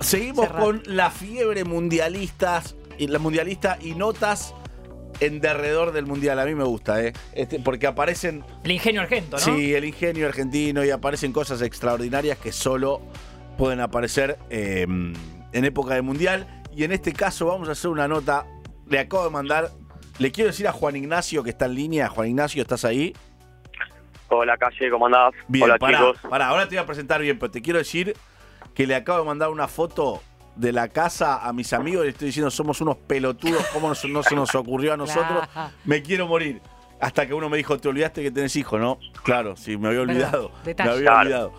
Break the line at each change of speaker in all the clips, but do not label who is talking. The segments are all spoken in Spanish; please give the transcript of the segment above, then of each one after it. Seguimos
Cerrar.
con la fiebre mundialistas y la mundialista y notas en derredor del mundial. A mí me gusta, ¿eh? Este, porque aparecen,
El ingenio argento, ¿no?
sí, el ingenio argentino y aparecen cosas extraordinarias que solo pueden aparecer eh, en época de mundial. Y en este caso vamos a hacer una nota. Le acabo de mandar. Le quiero decir a Juan Ignacio que está en línea. Juan Ignacio, ¿estás ahí?
Hola, Calle, ¿cómo andás?
Bien,
Hola,
pará,
chicos.
pará, ahora te voy a presentar bien, pero te quiero decir que le acabo de mandar una foto de la casa a mis amigos y le estoy diciendo somos unos pelotudos, cómo nos- no se nos ocurrió a nosotros,
Claro.
me quiero morir. Hasta que uno me dijo, te olvidaste que tenés hijo, ¿no? Claro, sí, me había
Verdad,
olvidado.
detalle.
Me había
Claro.
olvidado.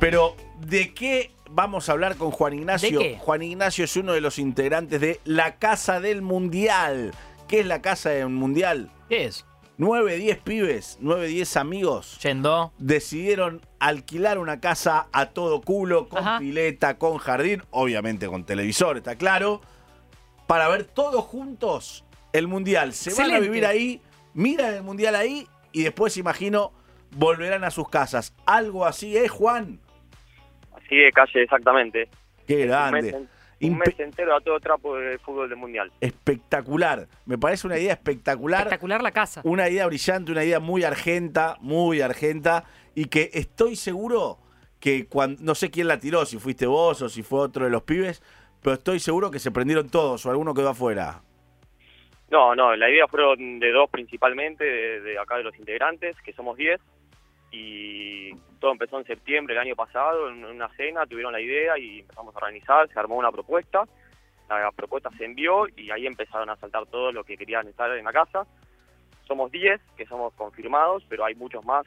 Pero, ¿de qué vamos a hablar con Juan Ignacio?
¿De qué?
Juan Ignacio es uno de los integrantes de La Casa del Mundial. ¿Qué es la Casa del Mundial?
¿Qué es?
9, 10 pibes, 9, 10 amigos
Yendo.
decidieron alquilar una casa a todo culo, con
Ajá.
pileta, con jardín, obviamente con televisor, está claro, para ver todos juntos el Mundial. Se van a
Excelente.
vivir ahí, miran el Mundial ahí y después, imagino, volverán a sus casas. Algo así es, Juan.
Así de Calle, exactamente.
Qué
Un mes,
grande.
en- un
Impe-
mes entero a todo trapo del fútbol del Mundial.
Espectacular. Me parece una idea espectacular.
Espectacular la casa.
Una idea brillante, una idea muy argenta, muy argenta, y que estoy seguro que cuando, no sé quién la tiró, si fuiste vos o si fue otro de los pibes, pero estoy seguro que se prendieron todos o alguno quedó afuera.
No, no, la idea fueron de dos principalmente, de, de acá de los integrantes, que somos 10. Y todo empezó en septiembre del año pasado, en una cena, tuvieron la idea y empezamos a organizar, se armó una propuesta. La propuesta se envió y ahí empezaron a saltar todos los que querían estar en la casa. Somos 10 que somos confirmados, pero hay muchos más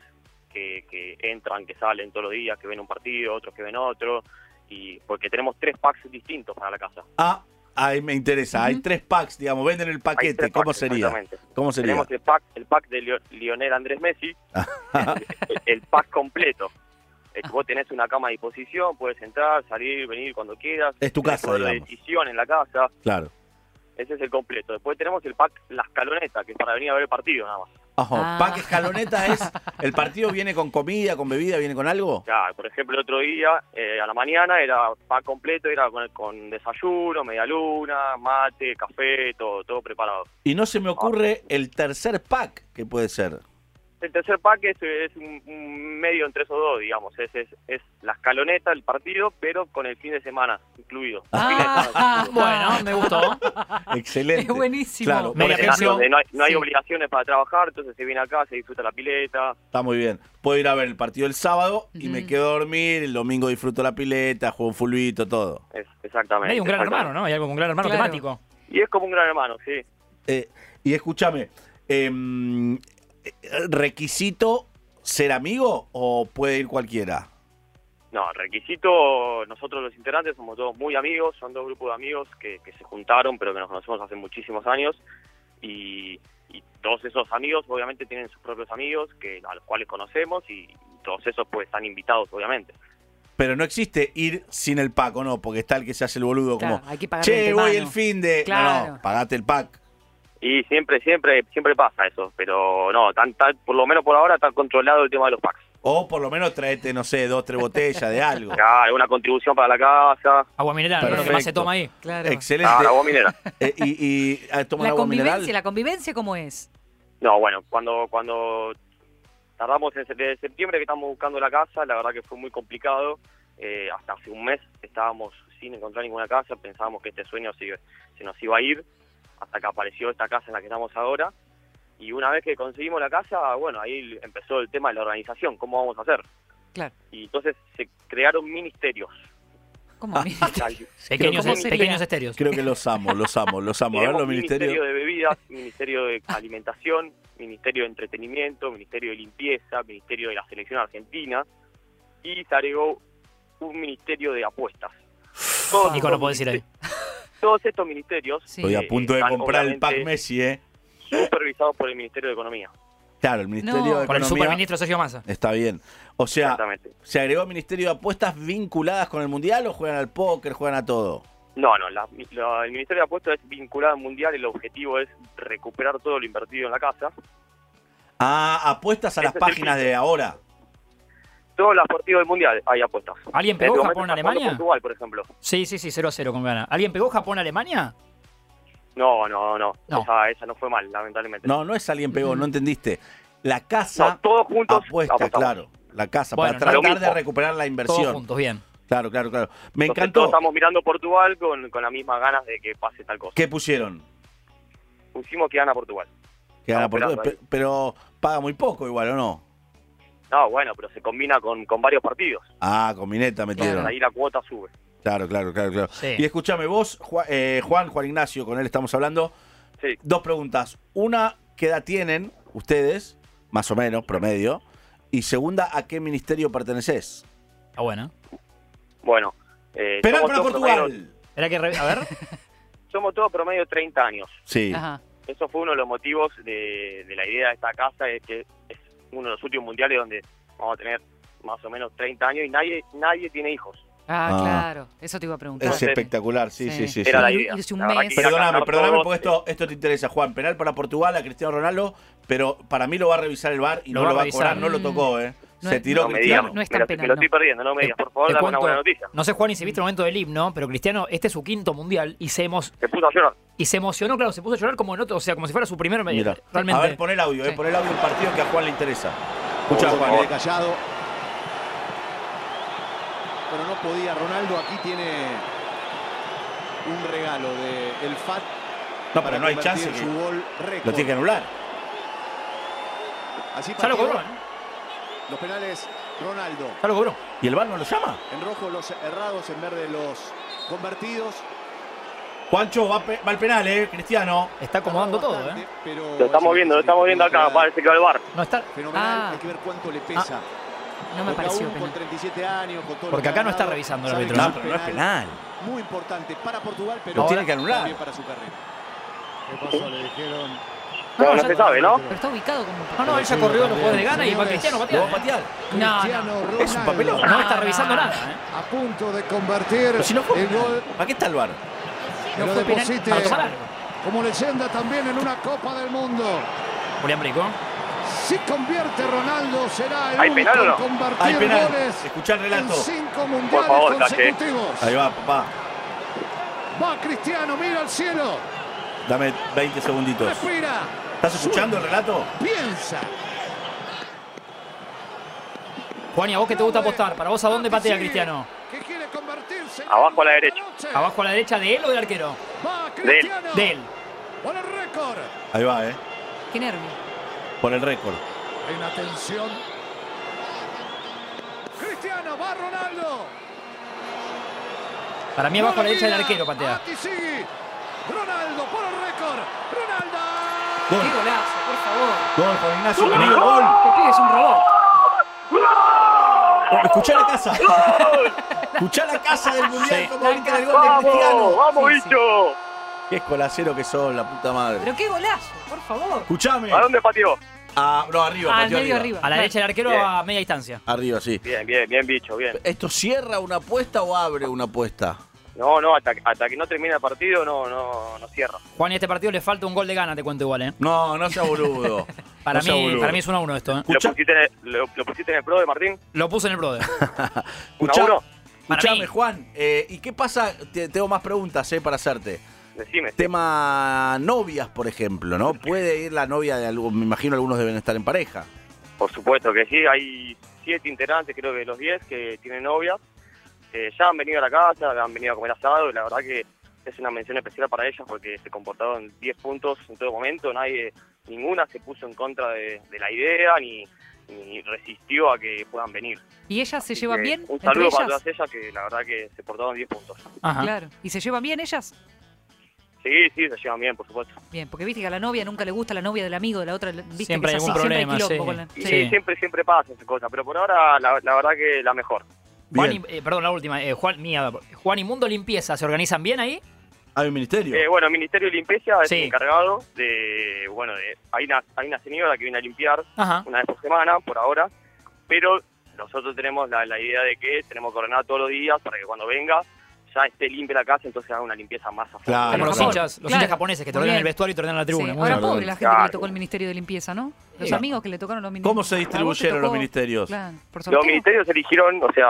que, que entran, que salen todos los días, que ven un partido, otros que ven otro. y Porque tenemos tres packs distintos para la casa.
Ah, ahí me interesa. Hay tres packs, digamos, venden el
Hay
paquete.
tres
¿Cómo
packs,
sería?
exactamente.
¿Cómo sería?
Tenemos el pack, el pack de Leo- Lionel Andrés Messi, el, el pack completo. Eh, vos tenés una cama a disposición, puedes entrar, salir, venir cuando quieras.
Es tu
Tenés
casa,
poder de
digamos.
decisión en la casa.
Claro.
Ese es el completo. Después tenemos el pack Las Calonetas, que es para venir a ver el partido nada más.
Ojo,
Ah.
pack escaloneta es. ¿El partido viene con comida, con bebida, viene con algo?
Ya, por ejemplo, el otro día, eh, a la mañana, era pack completo, era con, con desayuno, media luna, mate, café, todo, todo preparado.
Y no se me ocurre el tercer pack que puede ser.
El tercer pack es, es un, un medio entre esos dos, digamos. Es, es, es la escaloneta, el partido, pero con el fin de semana incluido.
Ah, bueno, me gustó.
Excelente.
Es buenísimo.
Claro, por
Media
ejemplo,
pensión.
Donde no hay, no hay
Sí.
obligaciones para trabajar, entonces se viene acá, se disfruta la pileta.
Está muy bien. Puedo ir a ver el partido el sábado y me quedo a dormir. El domingo disfruto la pileta, juego un fulbito, todo.
Es- exactamente.
Hay un gran
exactamente.
hermano, ¿no? Hay algo con un gran hermano
Claro.
temático.
Y es como un gran hermano, sí.
Eh, y escúchame, em, eh, ¿requisito ser amigo o puede ir cualquiera?
No, requisito, nosotros los integrantes somos todos muy amigos, son dos grupos de amigos que, que se juntaron, pero que nos conocemos hace muchísimos años. Y, y todos esos amigos obviamente tienen sus propios amigos que a los cuales conocemos y todos esos pues están invitados obviamente.
Pero no existe ir sin el pack, ¿o no? Porque está el que se hace el boludo
Claro,
como,
hay que pagarle de
che, voy
mano".
el fin de... No, no,
Claro.
pagate el pack.
Y siempre, siempre, siempre pasa eso, pero no, tan, tan- por lo menos por ahora está controlado el tema de los packs.
O por lo menos traete, no sé, dos, tres botellas de algo.
Claro, una contribución para la casa,
Agua mineral, ¿no? lo que más se
Perfecto.
toma ahí.
Claro.
Excelente.
ah, la agua minera.
Eh, y, y, ah, toman
La
agua
convivencia,
mineral.
la convivencia cómo es.
No, bueno, cuando cuando tardamos en desde septiembre que estamos buscando la casa, la verdad que fue muy complicado. Eh, hasta hace un mes estábamos sin encontrar ninguna casa, pensábamos que este sueño se, se nos iba a ir, hasta que apareció esta casa en la que estamos ahora. Y una vez que conseguimos la casa, bueno, ahí empezó el tema de la organización, cómo vamos a hacer.
Claro.
Y entonces se crearon ministerios.
Ah,
¿Cómo? Mira,
Pequeños,
¿Cómo sería?
pequeños estéreos.
Creo que los amo, los amo, los amo. A ver
Tenemos
los ministerios.
Ministerio de Bebidas, Ministerio de Alimentación, Ministerio de Entretenimiento, Ministerio de Limpieza, Ministerio de la Selección Argentina y se agregó un Ministerio de Apuestas. Todos
Nico, no
estos
podés ir ahí.
ministe- Todos estos ministerios
Sí.
Estoy a
eh,
punto de
están
comprar el pack
obviamente
Messi, ¿eh?
supervisados por el Ministerio de Economía.
Claro, el Ministerio
No.
de
Por el
Economía.
superministro Sergio Massa.
Está bien. O sea,
Exactamente.
¿se agregó Ministerio de Apuestas vinculadas con el Mundial o juegan al póker, juegan a todo?
No, no, la- la- el Ministerio de Apuestas es vinculado al Mundial, el objetivo es recuperar todo lo invertido en la casa.
Ah, apuestas a las
Ese es el
páginas de ahora.
todos los partidos del Mundial hay apuestas.
¿Alguien
En este
pegó
momento
Japón a
está jugando
Alemania?
Portugal, por ejemplo.
Sí, sí, sí, 0 a 0 con Ghana. ¿Alguien pegó Japón a Alemania?
No, no, no.
No.
Esa, esa no fue mal, lamentablemente.
No, no es alguien pegó, no entendiste. La
Mm. No,
casa
todos juntos
apuesta,
apostamos.
claro. La casa,
Bueno,
no
para
lo
tratar de
mismo.
recuperar la
Todos
inversión.
juntos, bien.
Claro, claro, claro. Me
Entonces,
encantó.
todos estamos mirando Portugal con, con las mismas ganas de que pase tal cosa.
¿Qué pusieron?
Pusimos que gana Portugal.
Que gana
Estamos
Portugal,
esperando ahí.
pe- pero paga muy poco igual, ¿o no?
No, bueno, pero se combina con, con varios partidos.
Ah, con Mineta metieron.
Ahí la cuota sube.
Claro, claro, claro, claro.
Sí.
Y escúchame, vos, Juan, Juan, Juan Ignacio, con él estamos hablando.
Sí.
Dos preguntas. Una, ¿qué edad tienen ustedes? Más o menos, promedio. Y segunda, ¿a qué ministerio perteneces?
Está bueno.
Bueno. eh,
¡Penal
somos
para
todos promedio-
Portugal!
Era que re- a ver.
somos todos promedio de 30 años.
Sí.
Ajá.
Eso fue uno de los motivos de, de la idea de esta casa, es que es uno de los últimos mundiales donde vamos a tener más o menos 30 años y nadie nadie tiene hijos.
Ah.
Ah, claro. Eso te iba a preguntar.
Es
Entonces,
espectacular, sí, sí,
sí.
sí. sí.
Era la
Y-
idea.
y es un
La verdad
mes.
que ir a
Perdóname,
ganar
perdóname
todos,
porque esto, esto te interesa, Juan. Penal para Portugal a Cristiano Ronaldo, pero para mí lo va a revisar el VAR y
Lo
no
va
lo
a
va a cobrar.
revisar.
No lo tocó, ¿eh?
No
Se
es-
tiró
no me
Cristiano.
digas,
No es
me
tan
lo-
penal,
me lo
no.
estoy perdiendo, no me digas, por favor,
Te
dame una
cuento-
buena noticia.
No sé, Juan, y si viste el momento del himno, pero Cristiano, este es su quinto mundial y se, emo-
Se puso a llorar.
y se emocionó, claro, se puso a llorar como en otro, o sea, como si fuera su primer
Mira.
mundial. Realmente.
A ver, pon el audio, eh,
Sí.
pon el audio del partido que a Juan le interesa. Escucha,
Ojo,
Juan. eh.
quede callado. Pero no podía Ronaldo. Aquí tiene un regalo de el FAT.
No,
para
pero no hay chance.
convertir
que
Su gol récord.
Lo tiene que anular.
Así
Ya lo
partió
cobró, ¿eh?
Los penales Ronaldo.
Ya lo cobró.
¿Y el VAR no lo llama?
En rojo los errados, en verde los convertidos.
Juancho, va, pe- va al penal, ¿eh? Cristiano.
Está acomodando
Tardó
todo,
bastante,
¿eh?
pero
Lo estamos
es
viendo, lo estamos viendo acá,
fenomenal.
parece que va al bar.
No está,
Fenomenal.
Ah.
Hay que ver cuánto le pesa.
Ah,
No me
Porque
pareció
aún con
penal.
37 años, con todo lo
Porque
que ha
acá no está
ganado,
revisando el
sabe
árbitro.
que
No,
No,
pero no es penal.
muy importante para Portugal, pero
Lo
ahora
tiene que anular.
también para su carrera.
¿Qué pasó? Le dijeron.
No, no
ya-
se sabe, ¿no?
Pero está ubicado como.
No, no, él ya corrió los juegos de gana y va
Señores,
Cristiano
Lo
patear.
va a patear.
No, no.
Cristiano
Es un
Ronaldo,
papelón.
No está
No,
revisando
no.
nada. ¿eh?
A punto de convertir
Pero si no fue
el
penal,
gol.
¿Para qué está el VAR?
que
No
lo
fue penal.
deposite
Para tomar algo.
como leyenda también en una Copa del Mundo.
Julián Brico.
Si convierte Ronaldo, será el
¿Hay
único
penal o no?
en convertir
Hay penal.
goles
Escuchá el relato.
en cinco mundiales
favor, Tache.
consecutivos.
Ahí va, papá.
Va Cristiano, mira al cielo,
Dame 20 segunditos.
respira,
¿Estás escuchando el relato?
piensa.
Juan, ¿y a vos que te gusta apostar? ¿Para vos a dónde
Lo que
patea
sigue,
Cristiano?
que quiere convertirse en
Abajo a la
el
derecha.
noche.
¿Abajo a la derecha de él o del arquero?
Va
De él.
Cristiano.
De él.
Por el récord.
Ahí va, ¿eh?
Qué nervio.
Por el récord.
En atención. Cristiano, va Ronaldo.
Para mí, abajo a la derecha del arquero patea.
Atisigi. Ronaldo por el récord. Ronaldo.
Gol.
Qué golazo, por favor.
Gol, Juan Ignacio. Venido, gol.
Te pides un robot.
Oh, Escuchá la casa. Escuchá la casa del mundial.
Sí.
Como grita el gol de
¡Vamos!
Cristiano.
¡Vamos,
Sí, sí.
bicho!
Qué escolacero que son, la puta madre.
Pero qué golazo, por favor.
Escuchame.
¿A dónde pateó?
Ah, no, arriba.
Al
pateó
medio arriba.
A la derecha del arquero
Bien.
a media distancia.
Arriba, sí.
Bien, bien, bien, bicho, bien.
¿Esto cierra una apuesta o abre una apuesta?
No, no, hasta, hasta que no termine el partido no, no, no cierra.
Juan, y a este partido le falta un gol de gana, te cuento igual, ¿eh?
No, no sea boludo.
Para,
No sea
mí,
boludo.
para mí es 1 a 1 esto, ¿eh?
¿Lo
Escuchá-
pusiste, en el, lo, lo pusiste en el pro de Martín?
Lo puse en el brother.
¿Uno
Escuchá-
a uno?
Para
Escuchame,
mí.
Juan, eh, ¿y qué pasa? Te- tengo más preguntas eh, para hacerte.
Decime.
Tema novias, por ejemplo, ¿no? Puede ir la novia de algún, me imagino algunos deben estar en pareja.
Por supuesto que sí, hay siete integrantes, creo que de los diez, que tienen novias. Eh, ya han venido a la casa, han venido a comer asado, y la verdad que es una mención especial para ellas porque se comportaron 10 puntos en todo momento, nadie, ninguna se puso en contra de, de la idea ni, ni resistió a que puedan venir.
¿Y ellas se
Así
llevan
que
bien?
Eh, Un
entre
saludo para
ellas?
todas ellas que la verdad que se portaron 10 puntos.
Ajá.
Claro. ¿Y se llevan bien ellas?
Sí, sí, se llevan bien, por supuesto.
Bien, porque viste que a la novia nunca le gusta la novia del amigo de la otra. Viste
Siempre
que
hay algún
es así, siempre hay
problema,
quilombo
sí.
con la-
Y
Sí.
siempre, siempre pasa esa cosa, pero por ahora la, la verdad que la mejor.
Juan y,
Bien.
eh, perdón, la última. eh, Juan, mía, Juan y Mundo Limpieza, ¿se organizan bien ahí?
¿Hay un ministerio?
Eh, bueno, el Ministerio de Limpieza es
Sí.
el encargado de, bueno, de- hay, una, hay una señora que viene a limpiar
Ajá.
una vez por semana, por ahora, pero nosotros tenemos la, la idea de que tenemos que ordenar todos los días para que cuando venga ya esté limpia la casa, entonces haga una limpieza más a fondo.
Claro,
Como los
claro.
hinchas, los
Ah, Claro.
hinchas japoneses que te
Muy
ordenan el
bien.
vestuario y te ordenan la
Sí,
tribuna. muy
Ahora
bien.
pobre la gente que
Claro.
le tocó el Ministerio de Limpieza, ¿no? Los
Sí.
amigos que le tocaron los ministerios.
¿Cómo se distribuyeron los ministerios?
Claro, por sorteo.
Los ministerios eligieron, o sea,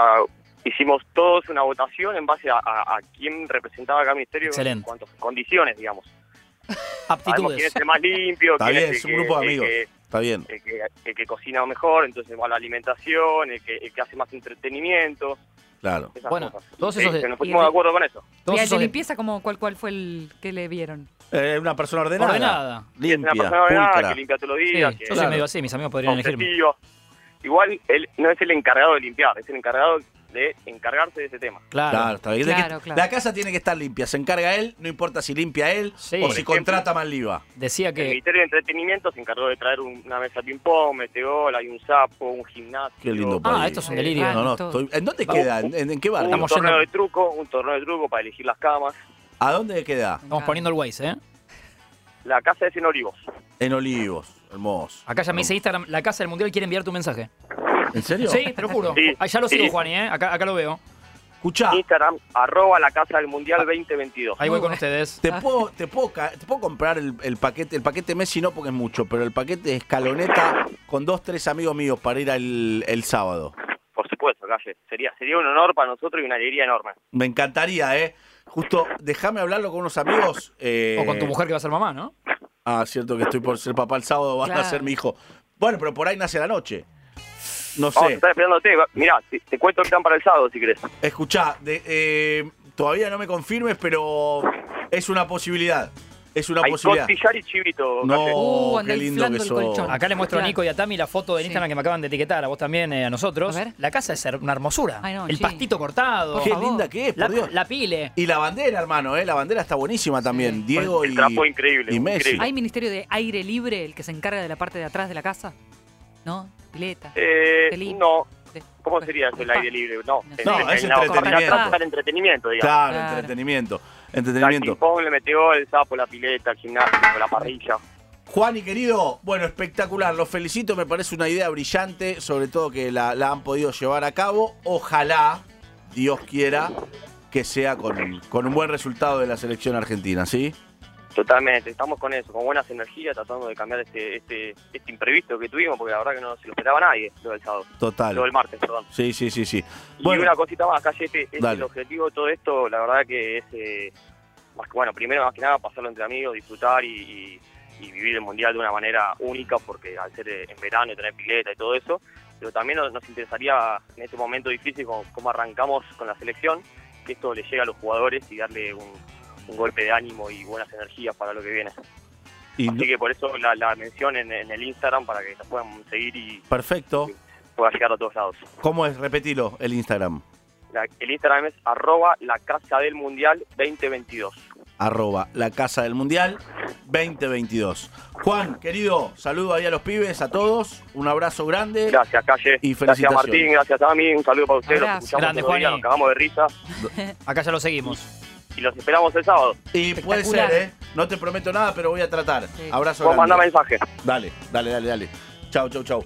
hicimos todos una votación en base a, a- a quién representaba cada ministerio en
Excelente.
cuanto a sus condiciones, digamos. Sabemos quién
Aptitudes.
es el más limpio,
Está
quién
bien,
el
es un
que-
grupo de
el
amigos.
que-
Está bien.
el que, el que cocina mejor, entonces va a la alimentación, el que, el que hace más entretenimiento,
Claro.
esas
Bueno,
cosas.
todos
Sí,
esos de-
que nos pusimos de acuerdo con eso.
Todos
¿Y
Ah,
el de
esos de-
limpieza como cuál, cuál fue el que le vieron?
Eh, una persona ordenada.
Ordenada.
Es una
Limpia,
persona ordenada,
pulcra.
que limpia todos los
Sí,
días,
yo
que
soy
Claro.
medio así, mis amigos podrían elegirme.
obsesivo. Igual él no es el encargado de limpiar, es el encargado de encargarse de ese tema.
Claro.
Claro, está bien.
Claro,
De que-
claro.
La casa tiene que estar limpia. Se encarga él, no importa si limpia él
Sí.
o
Por
si
ejemplo.
contrata mal IVA.
Decía
El
que
Ministerio de Entretenimiento se encargó de traer un- una mesa de ping-pong, metegol, hay un sapo, un gimnasio.
Qué lindo
Ah,
país.
esto es un delirio.
No, no,
Todo.
estoy- ¿En dónde
Vamos.
queda? ¿En, en- en qué barrio?
Un
Ah, Estamos
torneo
yendo-
de truco, un torneo de truco para elegir las camas.
¿A dónde queda?
estamos poniendo el Waze, ¿eh?
La casa es en Olivos.
En Olivos. Hermoso.
Acá ya me dice Instagram, la casa del mundial quiere enviar tu mensaje.
¿En serio?
Sí, te lo juro.
Sí,
Ah, ya lo sigo,
sí.
Juani, ¿eh? Acá, acá lo veo. Ah.
Escuchá,
Instagram, arroba la casa del mundial 2022.
Ahí voy con ustedes.
te puedo, te puedo, ca- te puedo comprar el, el paquete. El paquete Messi no porque es mucho, pero el paquete escaloneta con dos, tres amigos míos para ir al- el sábado.
Por supuesto, Calle. Sería, sería un honor para nosotros y una alegría enorme.
Me encantaría, ¿eh? Justo, déjame hablarlo con unos amigos. eh,
O con tu mujer que va a ser mamá, ¿no?
Ah, cierto que estoy por ser papá el sábado, van a
Claro.
ser mi hijo. Bueno, pero por ahí nace la noche. No
Vamos a
sé.
estar esperándote. Mirá, te, te cuento que están para el sábado, si querés.
Escuchá, de- eh, todavía no me confirmes, pero es una posibilidad. Es una
Hay
posibilidad.
costillar y chivito, Calle.
No,
Oh,
Uh,
qué
anda
lindo
inflando
que
el
sos.
colchón.
Acá le muestro a
Claro.
Nico y a Tami la foto del
Sí.
Instagram que me acaban de etiquetar, a vos también, eh, a nosotros.
A ver.
La casa es her- una hermosura.
Ay, no,
el
sí.
pastito cortado.
Por
Qué
favor.
linda que es,
La,
por Dios.
la pile.
Y la bandera, hermano, ¿eh? La bandera está buenísima también. Diego
El
y,
trapo increíble,
y Messi.
increíble.
¿Hay ministerio de aire libre, el que se encarga de la parte de atrás de la casa? ¿No? Pileta.
Eh,
Qué lindo.
no,
De-
¿cómo sería eso el aire libre? No,
No,
en- en-
es
en la-
entretenimiento.
para tratar entretenimiento, digamos.
Claro,
Claro.
entretenimiento.
Está El
Entretenimiento.
ping-pong, el meteor, el sapo, la pileta, el gimnasio, la parrilla.
Juan y querido, bueno, espectacular. Los felicito, me parece una idea brillante, sobre todo que la, la han podido llevar a cabo. Ojalá, Dios quiera, que sea con, con un buen resultado de la selección argentina, ¿sí?
Totalmente, estamos con eso, con buenas energías, tratando de cambiar este, este, este imprevisto que tuvimos, porque la verdad que no se lo esperaba nadie lo del sábado,
Total.
lo del martes, perdón.
Sí, sí, sí, sí.
y
Bueno,
una cosita más, Calle, este, este es
Dale.
el objetivo de todo esto, la verdad que es, eh, más que, bueno, primero más que nada pasarlo entre amigos, disfrutar y, y- y vivir el Mundial de una manera única, porque al ser eh, en verano y tener pileta y todo eso, pero también nos, nos interesaría en este momento difícil como cómo arrancamos con la selección, que esto le llegue a los jugadores y darle un, un golpe de ánimo y buenas energías para lo que viene.
y-
Así que por eso la, la mención en, en el Instagram para que nos puedan seguir y
perfecto.
pueda llegar a todos lados.
¿Cómo es? Repetilo, el Instagram.
La- el Instagram es arroba la casa del mundial 2022.
Arroba la Casa del Mundial 2022. Juan, querido, saludo ahí a los pibes, a todos. Un abrazo grande.
Gracias, Calle.
Y
gracias,
felicitaciones.
Martín. Gracias, Tami. Un saludo para ustedes. Los
Abrazo.
escuchamos
Grande,
todos los días,
Juani.
nos cagamos de risa.
Acá ya lo seguimos.
Y los esperamos el sábado.
Y puede ser,
Espectacular.
¿eh? No te prometo nada, pero voy a tratar.
Sí.
Abrazo
Vos mandá
grande.
mensaje.
Dale, dale, dale, dale. Chau, chau, chau.